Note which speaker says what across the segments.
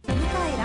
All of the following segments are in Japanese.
Speaker 1: 蘭の調和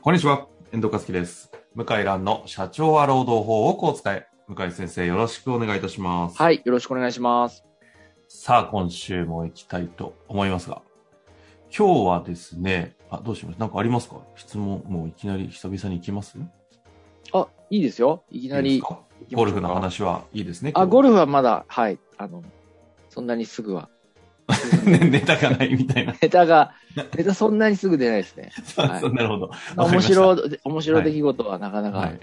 Speaker 2: こんにちは、遠藤和樹です。向井蘭の社長は労働法をこう使え。向井先生、よろしくお願いいたします。
Speaker 3: はい、よろしくお願いします。
Speaker 2: さあ、今週も行きたいと思いますが、今日はですね、あ、どうしますなんかありますか質問、もういきなり久々に行きます
Speaker 3: あ、いいですよ。いきな
Speaker 2: い
Speaker 3: り
Speaker 2: いですかゴルフの。話はいいですね。
Speaker 3: あ、ゴ
Speaker 2: ル
Speaker 3: ルフはまだ、はい、あの、そんなにす ぐは。
Speaker 2: フ ネタがないみたいな。
Speaker 3: ネタが、ネタそんなにすぐ出ないですね。はい
Speaker 2: そうなるほど。わかり
Speaker 3: 面
Speaker 2: ました
Speaker 3: 白い、面白い出来事はなかなか、
Speaker 2: はい。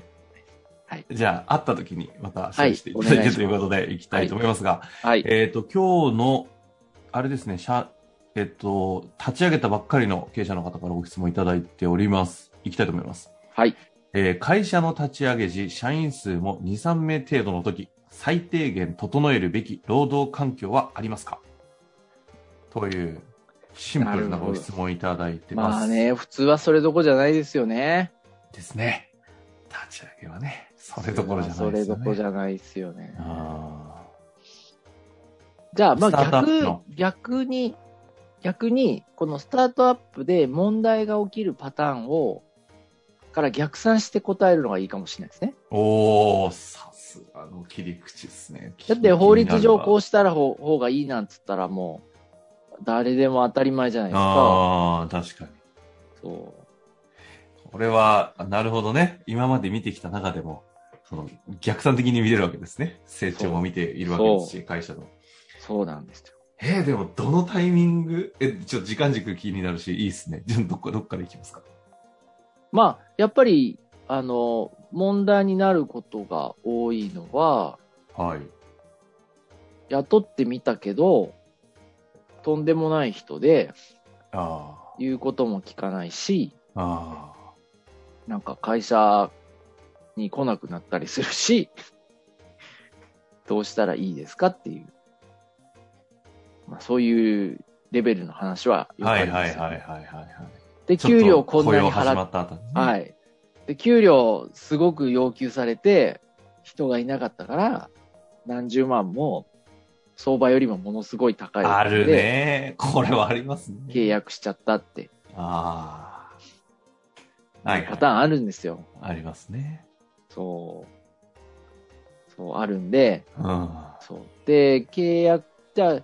Speaker 3: はい
Speaker 2: じゃあ、会った時にまたシェアしていただいて、
Speaker 3: はいお願いします
Speaker 2: ということで、行きたいと思いますが、
Speaker 3: はい、
Speaker 2: えっ、と、今日の、あれですね、社、えっ、と、立ち上げたばっかりの経営者の方からご質問いただいております。いきたいと思います。
Speaker 3: はい、
Speaker 2: えー会社の立ち上げ時、社員数も2、3名程度の時、最低限整えるべき労働環境はありますかという、シンプルなご質問いただいてます。
Speaker 3: まあね、普通はそれどこじゃないですよね。
Speaker 2: ですね。立ち上げはね、それどころじゃない
Speaker 3: そ
Speaker 2: で
Speaker 3: れ
Speaker 2: すよ
Speaker 3: ど
Speaker 2: ね。
Speaker 3: ころじゃないですよね。
Speaker 2: あー
Speaker 3: じゃあ、まあ
Speaker 2: スタートアップ
Speaker 3: 逆
Speaker 2: の、
Speaker 3: 逆に、逆に、このスタートアップで問題が起きるパターンを、から逆算して答えるのがいいかもしれないですね。
Speaker 2: おー、さすがの切り口ですね。
Speaker 3: だって法律上こ
Speaker 2: う
Speaker 3: うしたらほ方がいいなんつったらもう誰でも当たり前じゃないですか。
Speaker 2: ああ、確かに。
Speaker 3: そう
Speaker 2: これは、なるほどね。今まで見てきた中でも、その逆算的に見れるわけですね。成長も見ているわけですし、会社の。
Speaker 3: そうなんですよ。
Speaker 2: えー、でも、どのタイミングえ、ちょっと時間軸気になるし、いいっすね。じゃあ、どっか、どっから行きますか
Speaker 3: まあやっぱりあの問題になることが多いのは
Speaker 2: はい。
Speaker 3: 雇ってみたけどとんでもない人で
Speaker 2: あ
Speaker 3: 言うことも聞かないし
Speaker 2: あ。あ
Speaker 3: なんか会社に来なくなったりするし どうしたらいいですかっていう、まあ、そういうレベルの話
Speaker 2: あ。
Speaker 3: はよく
Speaker 2: は
Speaker 3: あ
Speaker 2: い
Speaker 3: りま
Speaker 2: はい
Speaker 3: す
Speaker 2: はい
Speaker 3: よね
Speaker 2: はいはいはい。
Speaker 3: で、給料こんなに
Speaker 2: ちょっと雇用始
Speaker 3: 払
Speaker 2: ま
Speaker 3: っ
Speaker 2: った後にね、
Speaker 3: て、はい。で、給料すごく要求されて、人がいなかったから、何十万も、相場よりもものすごい高いお金
Speaker 2: あるね。これはありますね。
Speaker 3: 契約しちゃったって、
Speaker 2: ああ。はい、
Speaker 3: パターンあるんですよ。
Speaker 2: ありますね。
Speaker 3: そう。そう、あるんで、
Speaker 2: うん。は
Speaker 3: そう。で、契約、じゃあ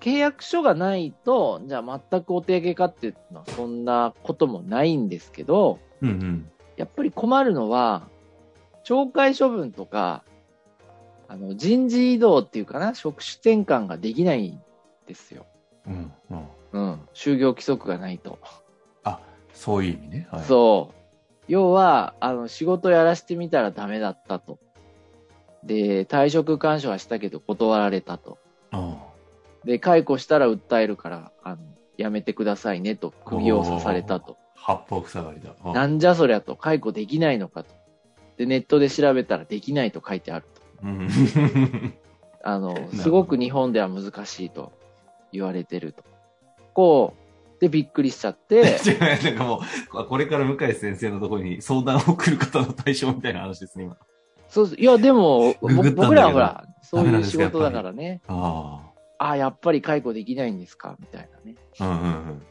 Speaker 3: 契約書がないと、じゃあ全くお手上げかっていうのはそんなこともないんですけど、
Speaker 2: い。うんうん。
Speaker 3: やっぱり困るのは、懲戒処分とか、あの人事異動っていうかな、職種転換ができないんですよ。
Speaker 2: うんうん。
Speaker 3: うん。就業規則がないと。
Speaker 2: あ、そういう意味ね。はい、
Speaker 3: そう。要は、あの、仕事やらしてみたらダメだったと。で、退職勧奨はしたけど断られたと。
Speaker 2: うん。
Speaker 3: で、解雇したら訴えるから、あの、やめてくださいねと、首を刺されたと。
Speaker 2: 八方塞がりだ。うん
Speaker 3: なんじゃそりゃと、解雇できないのかと。で、ネットで調べたらできないと書いてあると。
Speaker 2: うん。
Speaker 3: あの、
Speaker 2: ど
Speaker 3: すごく日本では難しいと言われてると。こう、で、びっくりしちゃ って、
Speaker 2: 違う、なんかもう、これから向井先生のところに相談を送る方の対象みたいな話ですね、今。
Speaker 3: そうす、いや、でも、ぼ
Speaker 2: ググったんだけど
Speaker 3: 僕らはほら、そう
Speaker 2: ダメないん
Speaker 3: う
Speaker 2: です
Speaker 3: 仕
Speaker 2: か
Speaker 3: 事だからね、
Speaker 2: あ
Speaker 3: ああ、やっぱり解雇できないんですか、みたいなね。
Speaker 2: あ。うんうんうん。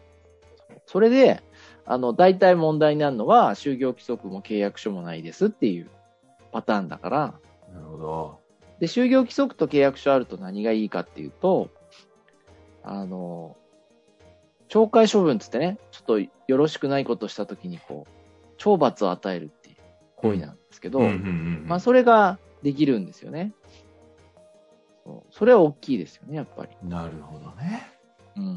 Speaker 3: それで、あの、大体問題になるのは、就業規則も契約書もないですっていうパターンだから、
Speaker 2: なるほど。
Speaker 3: で、就業規則と契約書あると何がいいかっていうと、あの、懲戒処分つってね、ちょっとよろしくないことしたときに、こう、懲罰を与えるっていう行為なんですけど、
Speaker 2: うんうんうん。
Speaker 3: まあ、それができるんですよね。そうそれは大きいですよね、やっぱり。
Speaker 2: なるほどね。
Speaker 3: うん。
Speaker 2: う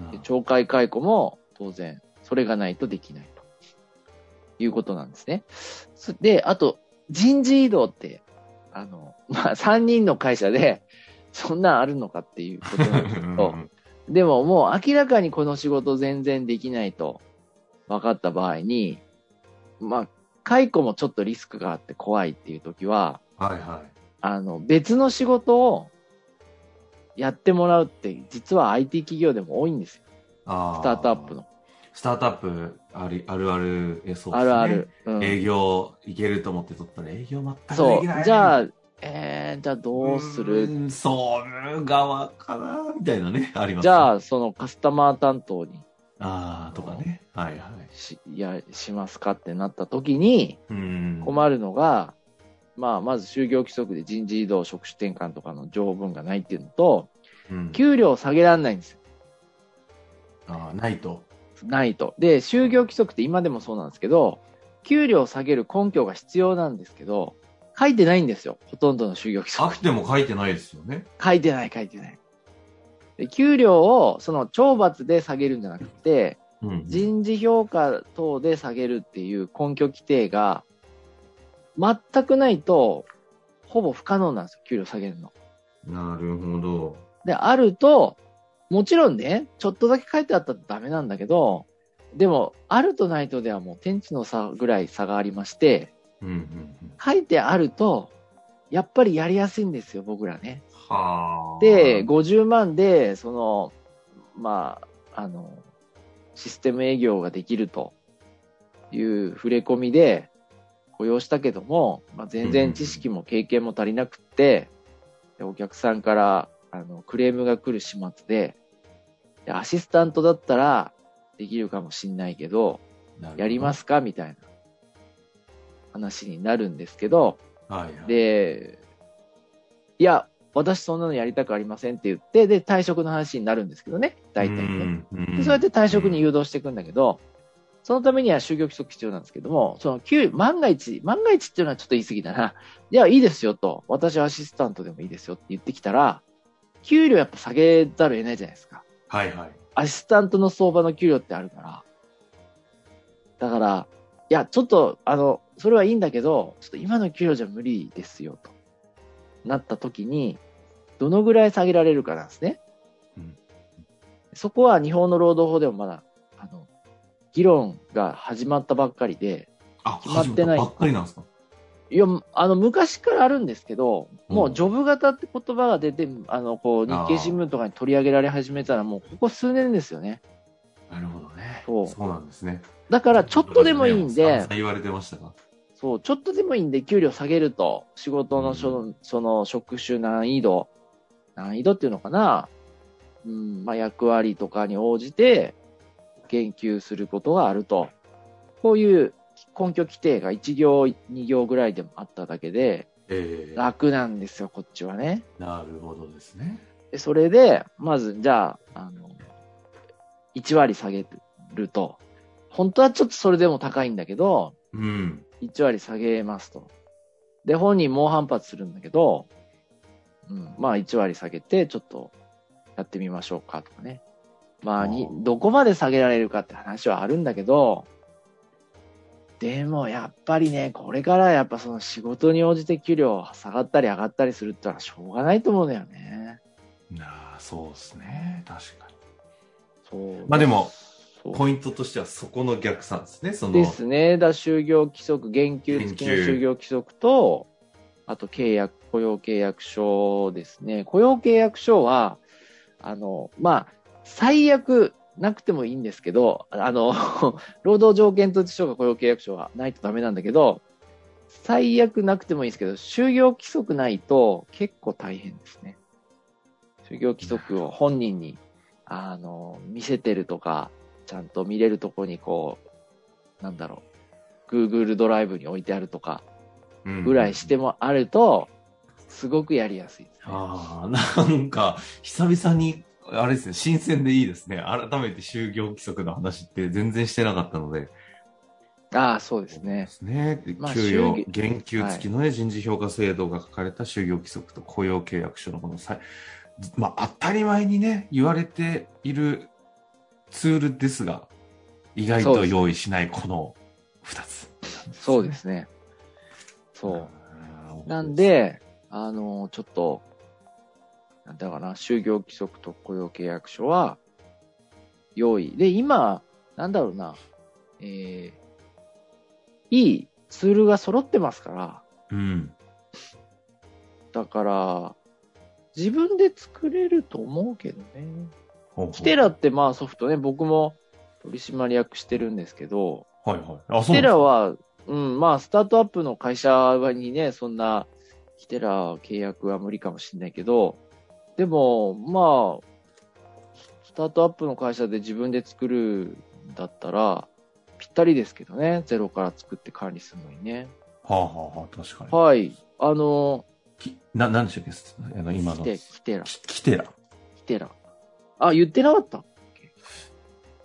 Speaker 2: ん
Speaker 3: で懲戒解雇も当然、それがないとできないということなんですね。そで、あと、人事異動って、あの、まあ、3人の会社で、そんなんあるのかっていうことなんです け
Speaker 2: う
Speaker 3: ど
Speaker 2: ん、
Speaker 3: でももう明らかにこの仕事全然できないと分かった場合に、まあ、解雇もちょっとリスクがあって怖いっていう時は、
Speaker 2: はいは
Speaker 3: あの、別の仕事をやってもらうって、実は IT 企業でも多いんですよ。
Speaker 2: い。あ
Speaker 3: スタートアップの。。
Speaker 2: スタートアップありあるある、えそうですね。
Speaker 3: あるある。うん
Speaker 2: 営業いけると思って取ったら営業全くで
Speaker 3: そ
Speaker 2: きな
Speaker 3: う。
Speaker 2: い。
Speaker 3: じゃ
Speaker 2: あ、
Speaker 3: あ、えー、じゃあどうする
Speaker 2: そう、側かな、みたいなね、あります、
Speaker 3: じゃ
Speaker 2: あ、
Speaker 3: あ、そのカスタマー担当に
Speaker 2: あーとかね。はいはい。
Speaker 3: し、いや、しますかってなった時に、
Speaker 2: うん。
Speaker 3: 困るのが、まあ、まず就業規則で人事異動、職種転換とかの条文がないっていうのと、
Speaker 2: うん、
Speaker 3: 給料を下げられないんですよ。
Speaker 2: あーないと。
Speaker 3: ないと。で、就業規則って今でもそうなんですけど、給料を下げる根拠が必要なんですけど、書いてないんですよ。ほとんどの就業規
Speaker 2: あ
Speaker 3: 則
Speaker 2: く。ても書いてないですよね。
Speaker 3: 書いてない、書いてない。で給料を、その、懲罰で下げるんじゃなくて、
Speaker 2: うん。
Speaker 3: 人事評価等で下げるっていう根拠規定が、全くないと、ほぼ不可能なんですよ、給料下げるの。
Speaker 2: なるほど。
Speaker 3: で、あると、もちろんね、ちょっとだけ書いてあったらダメなんだけど、でも、あるとないとではもう天地の差ぐらい差がありまして、
Speaker 2: うんうんうん。
Speaker 3: 書いてあると、やっぱりやりやすいんですよ、僕らね。
Speaker 2: はあ。
Speaker 3: で、50万で、その、まあ、あの、システム営業ができるという触れ込みで雇用したけども、まあ、全然知識も経験も足りなくって、でお客さんからあのクレームが来る始末でで、アシスタントだったらできるかもしんないけど、
Speaker 2: なるほど
Speaker 3: やりま。すかみたいな話になるんですけど、
Speaker 2: はいはい。
Speaker 3: で、いや、私そんなのやりたくありませんって言って、で、退職の話になるんですけどね、大体ね。
Speaker 2: うん
Speaker 3: で、そうやって退職に誘導していくんだけど、そのためには就業規則必要なんですけども、その給、万が一、万が一っていうのはちょっと言い過ぎだな。いや、いいですよと。私はアシスタントでもいいですよって言ってきたら、給料やっぱ下げざるを得ないじゃないですか。
Speaker 2: はいはい。
Speaker 3: アシスタントの相場の給料ってあるから。だから、いや、ちょっと、あの、それはいいんだけど、ちょっと今の給料じゃ無理ですよ、と。なった時に、どのぐらい下げられるかなんですね。
Speaker 2: うん
Speaker 3: そこは日本の労働法でもまだ、あの、議論が始まったばっかりで、
Speaker 2: あ、
Speaker 3: 決まってな
Speaker 2: 始まっ
Speaker 3: い
Speaker 2: たばっかりなんですか。
Speaker 3: いや、あの、昔からあるんですけど、も
Speaker 2: うん
Speaker 3: うジョブ型って言葉が出て、あの、こう、日経新聞とかに取り上げられ始めたら、もうここ数年ですよね。
Speaker 2: なるほどね。
Speaker 3: そう
Speaker 2: そうなんですね。
Speaker 3: だから、ちょっとでもいいん
Speaker 2: 散
Speaker 3: で
Speaker 2: 々、言われてましたが。
Speaker 3: そう、ちょっとでもいいんで、給料下げると、仕事
Speaker 2: う
Speaker 3: の
Speaker 2: ん
Speaker 3: その、その職種難易度、難易度っていうのかな、うん、まあ、役割とかに応じて、言及することがあると。こういう根拠規定が1行、2行ぐらいでもあっただけで、
Speaker 2: ええ
Speaker 3: 楽なんですよ、こっちはね。
Speaker 2: なるほどですね。
Speaker 3: でそれで、まず、じゃあ、あの、1割下げると、本当はちょっとそれでも高いんだけど、
Speaker 2: うん。
Speaker 3: 1割下げますと。で、本人猛反発するんだけど、うん、まあ1割下げて、ちょっとやってみましょうかとかね。まあ
Speaker 2: あ、
Speaker 3: にどこまで下げられるかって話はあるんだけど、でもやっぱりね、これからやっぱその仕事に応じて給料下がったり上がったりするってのはしょうがないと思うんだよね。
Speaker 2: なあ、そうですね。確かに。
Speaker 3: そう。
Speaker 2: まあでも
Speaker 3: そう、
Speaker 2: ポイントとしてはそこの逆算ですね。その、
Speaker 3: ですね。だ、就業規則、減給付きの
Speaker 2: 減給
Speaker 3: 就業規則と、あと契約、雇用契約書ですね。雇用契約書は、あの、まあ、最悪なくてもいいんですけど、あの、労働条件通知書が雇用契約書はないとダメなんだけど、最悪なくてもいいんですけど、就業規則ないと結構大変ですね。就業規則を本人に、あの、見せてるとか、ちゃんと見れるとこにこう、なんだろう、Google ドライブに置いてあるとか、
Speaker 2: うん
Speaker 3: ぐらいしてもあると、すごくやりやすいですね。
Speaker 2: ああ、なんか、久々に、あれですね、新鮮でいいですね。改めて就業規則の話って全然してなかったので。
Speaker 3: ああ、そうですね。
Speaker 2: で
Speaker 3: まあ
Speaker 2: 給与
Speaker 3: 就業、
Speaker 2: 減給付きの、ね人事評価制度が書かれた就業規則と雇用契約書のこのさい、まあ、当たり前にね、言われているツールですが、意外
Speaker 3: そう
Speaker 2: と
Speaker 3: です
Speaker 2: 用意しないこの2つ。
Speaker 3: そうですね。そう。
Speaker 2: あー
Speaker 3: なん、で、あの、ちょっと、なんだかな、就業規則と雇用契約書は、用意。で、今、なんだろうな、えー、いいツールが揃ってますから、
Speaker 2: うん。
Speaker 3: だから、自分で作れると思うけどね。
Speaker 2: ほうほう
Speaker 3: キテラってまあソフトね、僕も取締役してるんですけど、
Speaker 2: はいはい。あ、
Speaker 3: キ
Speaker 2: そうなんです
Speaker 3: テラ
Speaker 2: か
Speaker 3: は、うん、まあスタートアップの会社にね、そんな、キテラ契約は無理かもしれないけど、でも、まあ、スタートアップの会社で自分で作るんだったら、ぴったりですけどね、ゼロから作って管理するのにね。
Speaker 2: はあはあはあ、確かに。
Speaker 3: はい。あの、
Speaker 2: きな、なんでしたっけすあの今
Speaker 3: キ
Speaker 2: の。
Speaker 3: テ、キテラ。
Speaker 2: きキテラ。
Speaker 3: キテラ。あ、言ってなかったっけ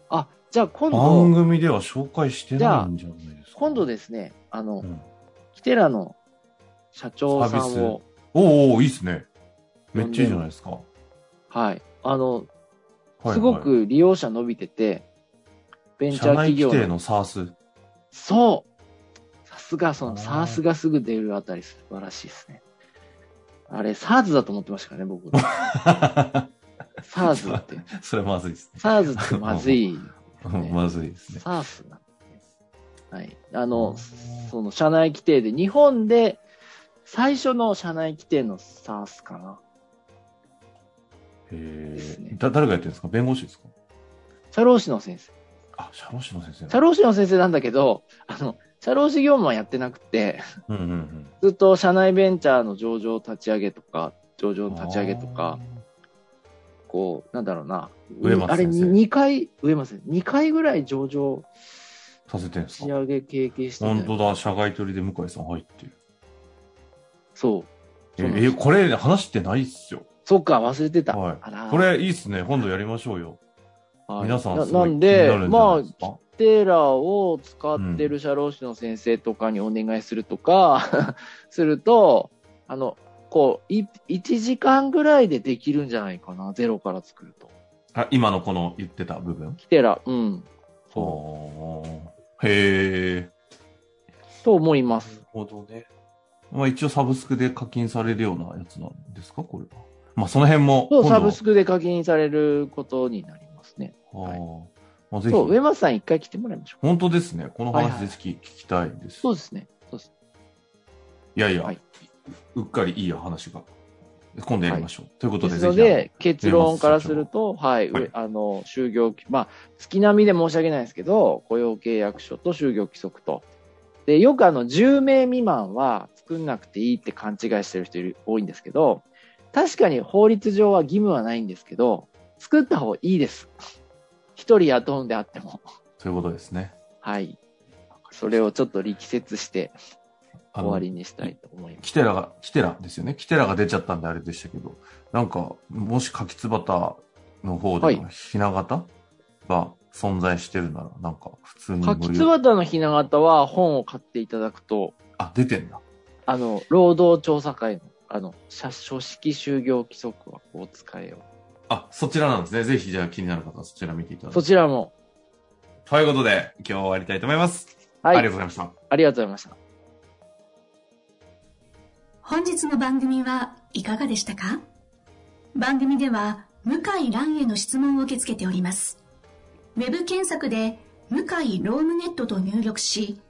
Speaker 3: あ、じゃあ今
Speaker 2: 番
Speaker 3: 度、
Speaker 2: 組では紹介してないんじゃないですか。
Speaker 3: 今度ですね、あの、
Speaker 2: うん
Speaker 3: キテラの社長さ
Speaker 2: サービ
Speaker 3: んを、
Speaker 2: おうおういいっすね。めっちゃいいじゃないですか。
Speaker 3: はい。あの、
Speaker 2: はいはい
Speaker 3: すごく利用者伸びてて、ベンチャー
Speaker 2: 社内
Speaker 3: 企
Speaker 2: 規
Speaker 3: 業
Speaker 2: 定
Speaker 3: の。
Speaker 2: の SARS。
Speaker 3: そうさすが、そ
Speaker 2: あ
Speaker 3: の、
Speaker 2: ー
Speaker 3: SARS がすぐ出るあたり素晴らしいですね。あれ、SARS だと思ってましたからね、 僕。SARS って。
Speaker 2: それまずいですね。
Speaker 3: SARS ってまずい、
Speaker 2: うん
Speaker 3: ね。
Speaker 2: まずいですね。
Speaker 3: SARS なんですね。はい。あの、その、社内規定で、日本で最初の社内規定の SARS かな。
Speaker 2: え
Speaker 3: ですね
Speaker 2: ー、だ誰がやってるんですか弁護士ですか
Speaker 3: 社労士の先生。
Speaker 2: あ、社労士の先生
Speaker 3: 社
Speaker 2: だ。
Speaker 3: 労士の先生なんだけど、あの、社労士業務はやってなくて、
Speaker 2: うんうんうん。
Speaker 3: ずっと社内ベンチャーの上場立ち上げとか、上場の立ち上げとか、こう、なんだろうな。
Speaker 2: 植松
Speaker 3: あれ、
Speaker 2: 先生
Speaker 3: 2回、植松先生、2回ぐらい上場
Speaker 2: あー。させてるんで
Speaker 3: 立
Speaker 2: す
Speaker 3: ち
Speaker 2: か
Speaker 3: 上げ経験して
Speaker 2: 本当
Speaker 3: て、
Speaker 2: だ、社外取りで向井さん入ってる。
Speaker 3: そう。
Speaker 2: え
Speaker 3: そうなん
Speaker 2: ー
Speaker 3: です
Speaker 2: えーこれ話してないっすよ。
Speaker 3: そっか、忘れてた。
Speaker 2: はい
Speaker 3: あら
Speaker 2: こ、れいいっすね。今度やりましょうよ。
Speaker 3: はい
Speaker 2: 皆さん
Speaker 3: な
Speaker 2: すご
Speaker 3: ないん
Speaker 2: 気に
Speaker 3: で
Speaker 2: なる、んじゃな
Speaker 3: ま
Speaker 2: い
Speaker 3: あ、
Speaker 2: で
Speaker 3: キ
Speaker 2: すか
Speaker 3: テラを使ってる社労士の先生とかにお願いするとか、 すると、あの、こう、い1時間ぐらいでできるんじゃないかな、ゼロから作ると。
Speaker 2: あ今のこの言ってた部分。
Speaker 3: キテラ、うん。そ
Speaker 2: そう。へえ。
Speaker 3: う。と思います。
Speaker 2: ほどね。まあ一応サブスクで課金されるようなやつなんですかこれは。まあその辺も
Speaker 3: そ
Speaker 2: 今度。
Speaker 3: う、サブスクで課金されることになりますね。
Speaker 2: あー
Speaker 3: はい
Speaker 2: まあぜひ。
Speaker 3: そう、上松さん一回来てもらいましょう。
Speaker 2: 本当ですね。この
Speaker 3: はい
Speaker 2: 話
Speaker 3: はい
Speaker 2: ぜひ聞きたいです。
Speaker 3: そうですね。そうです。
Speaker 2: いやいや、
Speaker 3: はいう
Speaker 2: っかりいいや話が。今度やりましょう。ということ
Speaker 3: で
Speaker 2: で、
Speaker 3: す
Speaker 2: ぜ
Speaker 3: の
Speaker 2: ひあの。
Speaker 3: で、結論からすると、はい、
Speaker 2: はい
Speaker 3: 上あの、就業、まあ、月並みで申し訳ないですけど、雇用契約書と就業規則と。で、よくあの、10名未満は作んなくていいって勘違いしてる人いる多いんですけど、確かに法律上は義務はないんですけど、作った方がいいです。一人雇うんであっても。
Speaker 2: ということですね。
Speaker 3: はい。それをちょっと力説して
Speaker 2: あ
Speaker 3: 終
Speaker 2: の
Speaker 3: わりにしたいと思います。
Speaker 2: キテラが、キテラですよね。キテラが出ちゃったんであれでしたけど、なんか、もし柿つばたの方
Speaker 3: は
Speaker 2: で
Speaker 3: い
Speaker 2: のひな形が存在してるなら、なんか普通に無料
Speaker 3: 柿つばたのひな形は本を買っていただくと、
Speaker 2: あ、出てんだ。
Speaker 3: あの、労働調査会の、あの、社書式就業規則はこう使えよ
Speaker 2: あ、そちらなんですね。ぜひじゃあ気になる方はそちら見ていただ
Speaker 3: う。
Speaker 2: い
Speaker 3: そ
Speaker 2: て。
Speaker 3: ちらも。
Speaker 2: ということで、今日は終わりたいと思います。
Speaker 3: はい。
Speaker 2: ありがとうございました。
Speaker 3: ありがとうございました。
Speaker 1: 本日の番組はいかがでしたか番組では向井蘭への質問を受け付けております。ウェブ検索で向井ロームネットと入力し、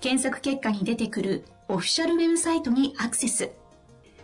Speaker 1: 検索結果に出てくるオフィシャルウェブサイトにアクセス。